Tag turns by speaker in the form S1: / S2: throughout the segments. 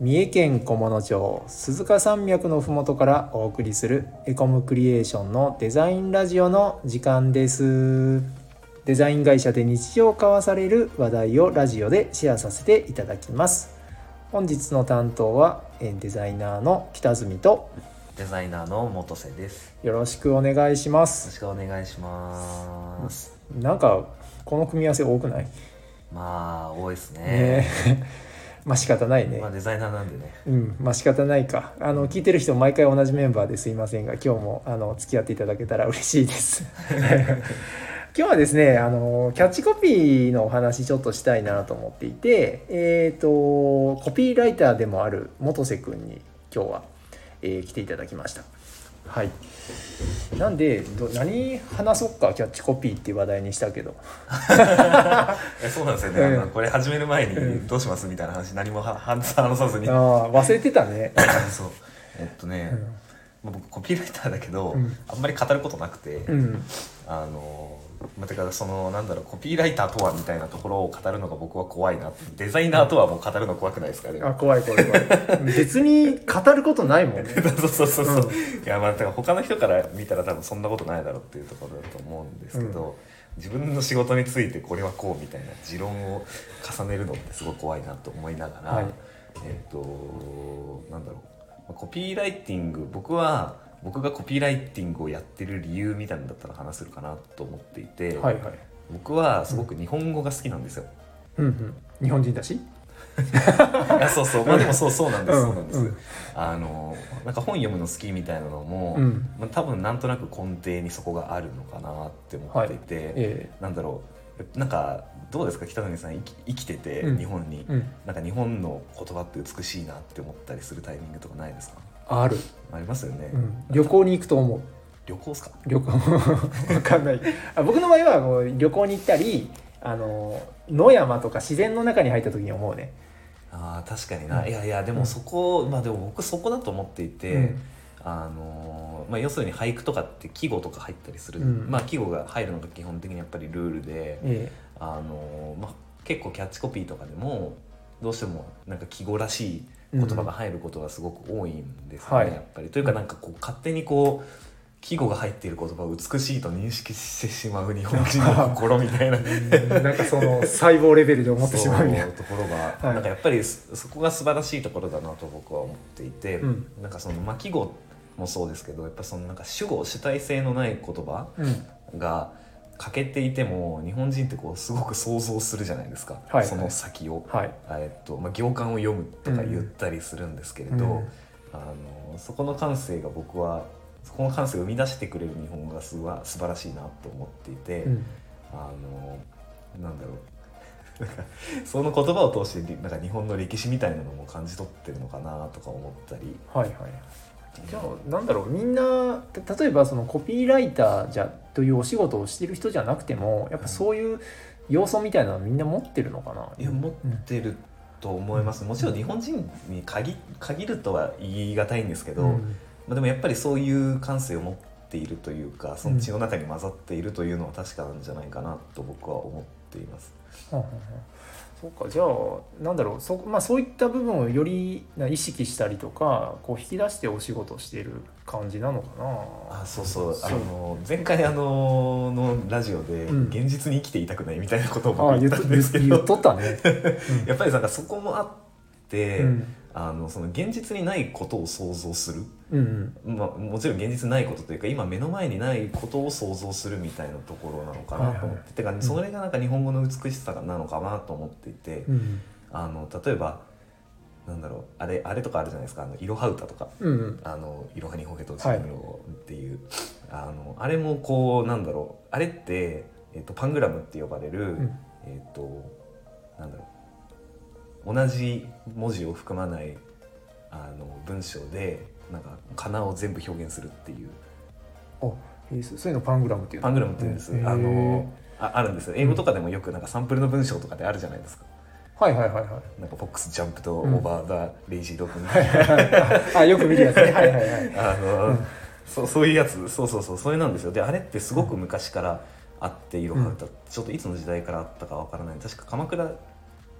S1: 三重県菰野町鈴鹿山脈の麓からお送りするエコムクリエーションのデザインラジオの時間ですデザイン会社で日常交わされる話題をラジオでシェアさせていただきます本日の担当はえーデザイナーの北住と
S2: デザイナーの元瀬です。
S1: よろしくお願いしま
S2: よろ
S1: す
S2: しくお願いします。
S1: なんかこの組み合わせ多くないね
S2: まあ多いですね。
S1: え まあ仕方ないね
S2: まあデザイナーなんでね。
S1: うん、まあ仕方ないか。あの聞いてる人毎回同じメンバーですいませんが、今日もあの付き合っていただけたら 嬉しいです。今日はですね、あのキャッチコピーのお話ちょっとしたいなと思っていて、えっ、とコピーライターでもある元瀬くんに今日は、えー来ていただきました。はい。なんでど何話そうかキャッチコピーっていう話題にしたけど、
S2: えそうなんですよ
S1: ええ
S2: ね。あのこれ始める前
S1: うん
S2: にどうしますみたいな話何もはは話さず
S1: あ
S2: に。
S1: ー忘れてたね。
S2: そう。えっとね、まあ僕コピーライターだけど、
S1: うん
S2: あんまり語ることなくて、
S1: うん、
S2: あの。まあ、てかそのなんだろうコピーライターとはみたいなところを語るのが僕は怖いなってデザイナーとはもう語るの怖くないですかね、
S1: あ怖い怖い怖い。別に語ることないもんね。
S2: そうそうそうそう、
S1: う
S2: いやまあだから他の人から見たら多分そんなことないだろうっていうところだと思うんですけど、自分の仕事についてこれはこうみたいな持論を重ねるのってすごい怖いなと思いながら、
S1: はい
S2: えっとなんだろうコピーライティング僕は僕がコピーライティングをやってる理由みたいなのだったら話せるかなと思っていて、
S1: はいはい。
S2: 僕はすごく日本語が好きなんですよ。
S1: うんうん、日本人だし。
S2: いやそうそうまあでもそうそうなんです、
S1: うん
S2: そうなんです、
S1: うん
S2: あのなんか本読むの好きみたいなのも、
S1: うん
S2: まあ、多分なんとなく根底にそこがあるのかなって思っていて、
S1: え
S2: なんだろうなんかどうですか北谷さん生き生きてて
S1: うん
S2: 日本に、
S1: えうん、
S2: なんか日本の言葉って美しいなって思ったりするタイミングとかないですか
S1: ある、
S2: ありますよね、
S1: うん。旅行に行くと思う。
S2: 旅行ですか
S1: 旅行わかんない。あ僕の場合はこう旅行に行ったり、あの野山とか自然の中に入った時に思うね。
S2: あー確かにな、
S1: うん
S2: いやいやでもそこ、まあでも僕そこだと思っていて、
S1: うん
S2: あのーまあ、要するに俳句とかって季語とか入ったりする、
S1: うん
S2: まあ季語が入るのが基本的にやっぱりルールで、
S1: え
S2: あのーまあ、結構キャッチコピーとかでもどうしてもなんか季語らしい言葉が入ることがすごく多いんですね、
S1: うんはい
S2: やっぱり。というかなんかこう勝手にこう季語が入っている言葉を美しいと認識してしまう日本人の心みたいな
S1: えうんなんかその細胞レベルで思ってしまうみたい
S2: そうところが、
S1: はい
S2: なんかやっぱりそそこが素晴らしいところだなと僕は思っていて、
S1: うん
S2: なんかその巻き語もそうですけどやっぱそのなんか主語主体性のない言葉
S1: な。うん、
S2: が欠けていても日本人ってこうすごく想像するじゃないですか、
S1: はい
S2: その先を、
S1: はい。
S2: あえっとまあ、行間を読むとか言ったりするんですけれど、
S1: うん
S2: あのそこの感性が僕はそこの感性を生み出してくれる日本語がすごい素晴らしいなと思っていて。
S1: うん、
S2: あのなんだろう なんかその言葉を通してりなんか日本の歴史みたいなのも感じ取ってるのかなとか思ったり
S1: はいはい。じゃあなんだろうみんなた例えばそのコピーライターじゃというお仕事をしてる人じゃなくてもやっぱそういう要素みたいなのみんな持ってるのかな。
S2: いや持ってると思いますもちろん日本人に限限るとは言い難いんですけど、
S1: うん
S2: まあ、でもやっぱりそういう感性を持っているというかその血の中に混ざっているというのは確かなんじゃないかなと僕は思っています。
S1: はあはあはあそうかじゃあなんだろうそ,、まあ、そういった部分をよりな意識したりとかこう引き出してお仕事してる感じなのかな
S2: あそうそう
S1: そう
S2: あの前回あののラジオで
S1: うん
S2: 現実に生きていたくないみたいなことを
S1: あ
S2: 僕
S1: 言っ
S2: 言った
S1: と
S2: んですけど、
S1: 言っとったね、
S2: やっぱりなんかそこもあって、
S1: うん
S2: あのその現実にないことを想像する、
S1: うんうん
S2: まあ、もちろん現実にないことというか今目の前にないことを想像するみたいなところなのかなと思
S1: はいは
S2: って、
S1: い
S2: てかそれがなんか日本語の美しさなのかなと思っていて、
S1: うん
S2: あの例えばなんだろうあれあれとかあるじゃないですか「あのいろは歌」とか
S1: うんうん
S2: あのいろはにほへとチームロっていう、あのあれもこうなんだろうあれって、えっとパングラムって呼ばれる、
S1: ん
S2: えっとなんだろう同じ文字を含まないあの文章でなんか仮名を全部表現するっていう
S1: あえーそそういうのパングラムっていうの
S2: パングラムっていうんです、
S1: へー
S2: あのああるんですよ英語とかでもよくなんかサンプルの文章とかであるじゃないですか。
S1: はいはいはいは
S2: なんかフォックスジャンプとオーバーザレイジードッグみたいな、
S1: いあよく見るやつねはいはい はい
S2: あの、そうそういうやつそうそうそうそれなんですよであれってすごく昔からあっていろは歌、ちょっといつの時代からあったかわからない確か鎌倉い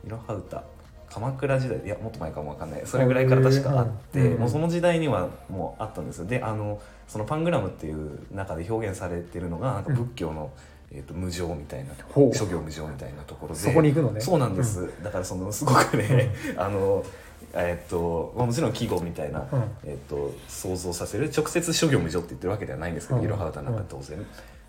S2: ろは歌鎌倉時代いやもっと前かもわかんないそれぐらいから確かあって、
S1: うんうん
S2: もうその時代にはもうあったんですよであのそのパングラムっていう中で表現されてるのがなんか仏教の、えー、と無常みたいな
S1: ほう
S2: 諸行無常みたいなところで
S1: そこに行くのね
S2: そうなんです、だからそのすごくね、あのえっとまあ、もちろん季語みたいな、
S1: うん
S2: えっと想像させる直接諸行無常って言ってるわけではないんですけど、
S1: うん
S2: いろは歌なんか当然、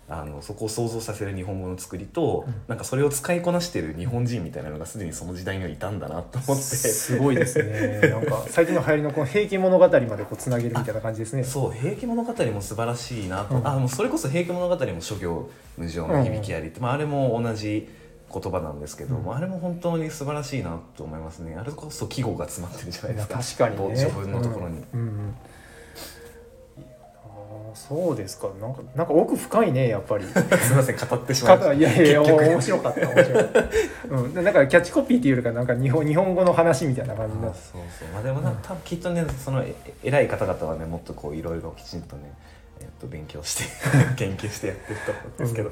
S2: あのそこを想像させる日本語の作りと、
S1: うん
S2: なんかそれを使いこなしてる日本人みたいなのがすでにその時代にはいたんだなと思って
S1: すごいですねなんか最近の流行りのこの平家物語までこうつなげるみたいな感じですね
S2: そう「平家物語」も素晴らしいなと、
S1: うん
S2: あもうそれこそ「平家物語」も諸行無常の響きありって、まあ、あれも同じ言葉なんですけど、
S1: うん
S2: まああれも本当に素晴らしいなと思いますねあれこそ季語が詰まってるじゃないですか
S1: 確かにね
S2: 序文のところに、
S1: うんうんうんあーそうですかなんかなんか奥深いねやっ ぱり
S2: すみません語ってしまいまし
S1: か
S2: た
S1: いやいや
S2: 結局
S1: 面白かった面白かった、うん、なんかキャッチコピーっていうよりかなんか日本日本語の話みたいな感じにな
S2: あ
S1: って
S2: そうそうまあでもな多分きっとねそのえ偉い方々はねもっとこういろいろきちんとねえっと勉強 して研究してやってると思うんですけど、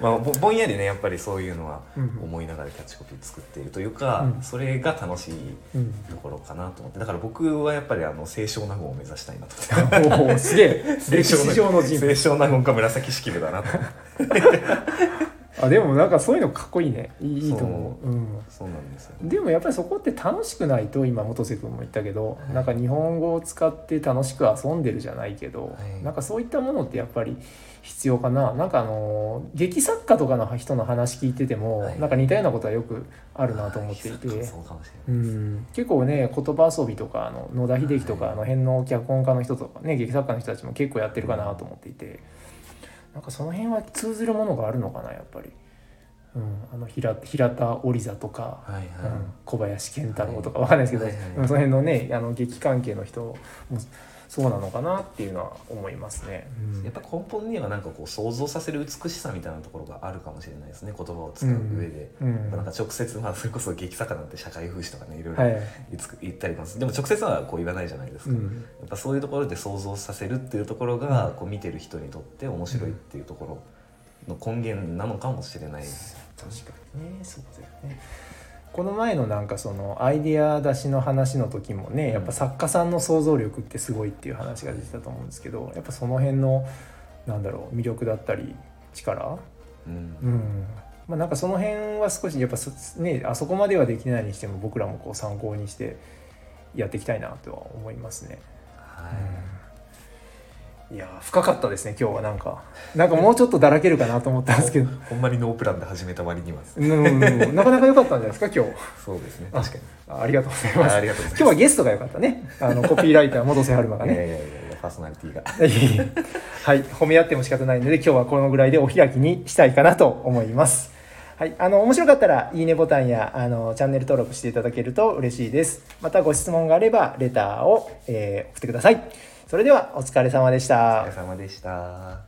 S2: まあぼぼんやりねやっぱりそういうのは
S1: うんうん
S2: 思いながらキャッチコピー作っているというか、
S1: うん
S2: それが楽しい
S1: うん
S2: ところかなと思ってだから僕はやっぱりあの清少納言を目指したい なと
S1: おおすげ え歴史上の人
S2: 清
S1: 物
S2: 少納言か紫式部だなと
S1: あでもなんかそういうのかっこいいねいいいいと思ううん
S2: そうなんですよね
S1: でもやっぱりそこって楽しくないと今元瀬君も言ったけど、なんか日本語を使って楽しく遊んでるじゃないけど、
S2: はい
S1: なんかそういったものってやっぱり必要かななんかあのー劇作家とかの人の話聞いてても、
S2: はい
S1: なんか似たようなことはよく あるなと思っていて。
S2: あーそうかもしれない
S1: うん、結構ね言葉遊びとかあの野田秀樹とか
S2: はい
S1: あの辺の脚本家の人とかね劇作家の人たちも結構やってるかなと思っていてなんかその辺は通ずるものがあるのかなやっぱり、うん、あの平平田織座とか、
S2: はいはい、
S1: うん、小林健太郎とかわかんないですけど、
S2: はいはいはい
S1: うんその辺のねあの劇関係の人もそうなのかなっていうのは思いますね。うん
S2: やっぱ根本にはなんかこう想像させる美しさみたいなところがあるかもしれないですね言葉を使う上で、
S1: うんうん
S2: なんか直接まあそれこそ劇作家なんて社会風刺とかねいろいろ
S1: はい
S2: 言つく言ったりもするでも直接はこう言わないじゃないですか、
S1: う
S2: や
S1: ん
S2: っぱそういうところで想像させるっていうところがこう見てる人にとって面白いっていうところの根源なのかもしれないです、
S1: 確かにねそうだよねこの前のなんかそのアイデア出しの話の時もねやっぱ作家さんの想像力ってすごいっていう話が出てたと思うんですけどやっぱその辺のなんだろう魅力だったり力
S2: うん
S1: うんまあなんかその辺は少しやっぱそねあそこまではできないにしても僕らもこう参考にしてやっていきたいなとは思いますね。
S2: はい
S1: いやー深かったですね今日はなんかなんかもうちょっとだらけるかなと思ったんですけど、
S2: ほんまにノープランで始めた割には
S1: うん、なかなか良かったんじゃないですか今日。
S2: そうですね
S1: あ
S2: 確かに
S1: ありがとうございま
S2: あ
S1: す。
S2: ありがとうございます
S1: 今日はゲストが良かったね。あのコピーライター元瀬春馬が
S2: いや
S1: ね。
S2: いやいやいやパーソナリティが
S1: いえいえ はい、褒め合っても仕方ないので、今日はこのぐらいでお開きにしたいかなと思います。はい、あの面白かったらいいねボタンやあのチャンネル登録していただけると嬉しいです。またご質問があればレターを、えー送ってください。それではお疲れ様でした
S2: お疲れ。様でした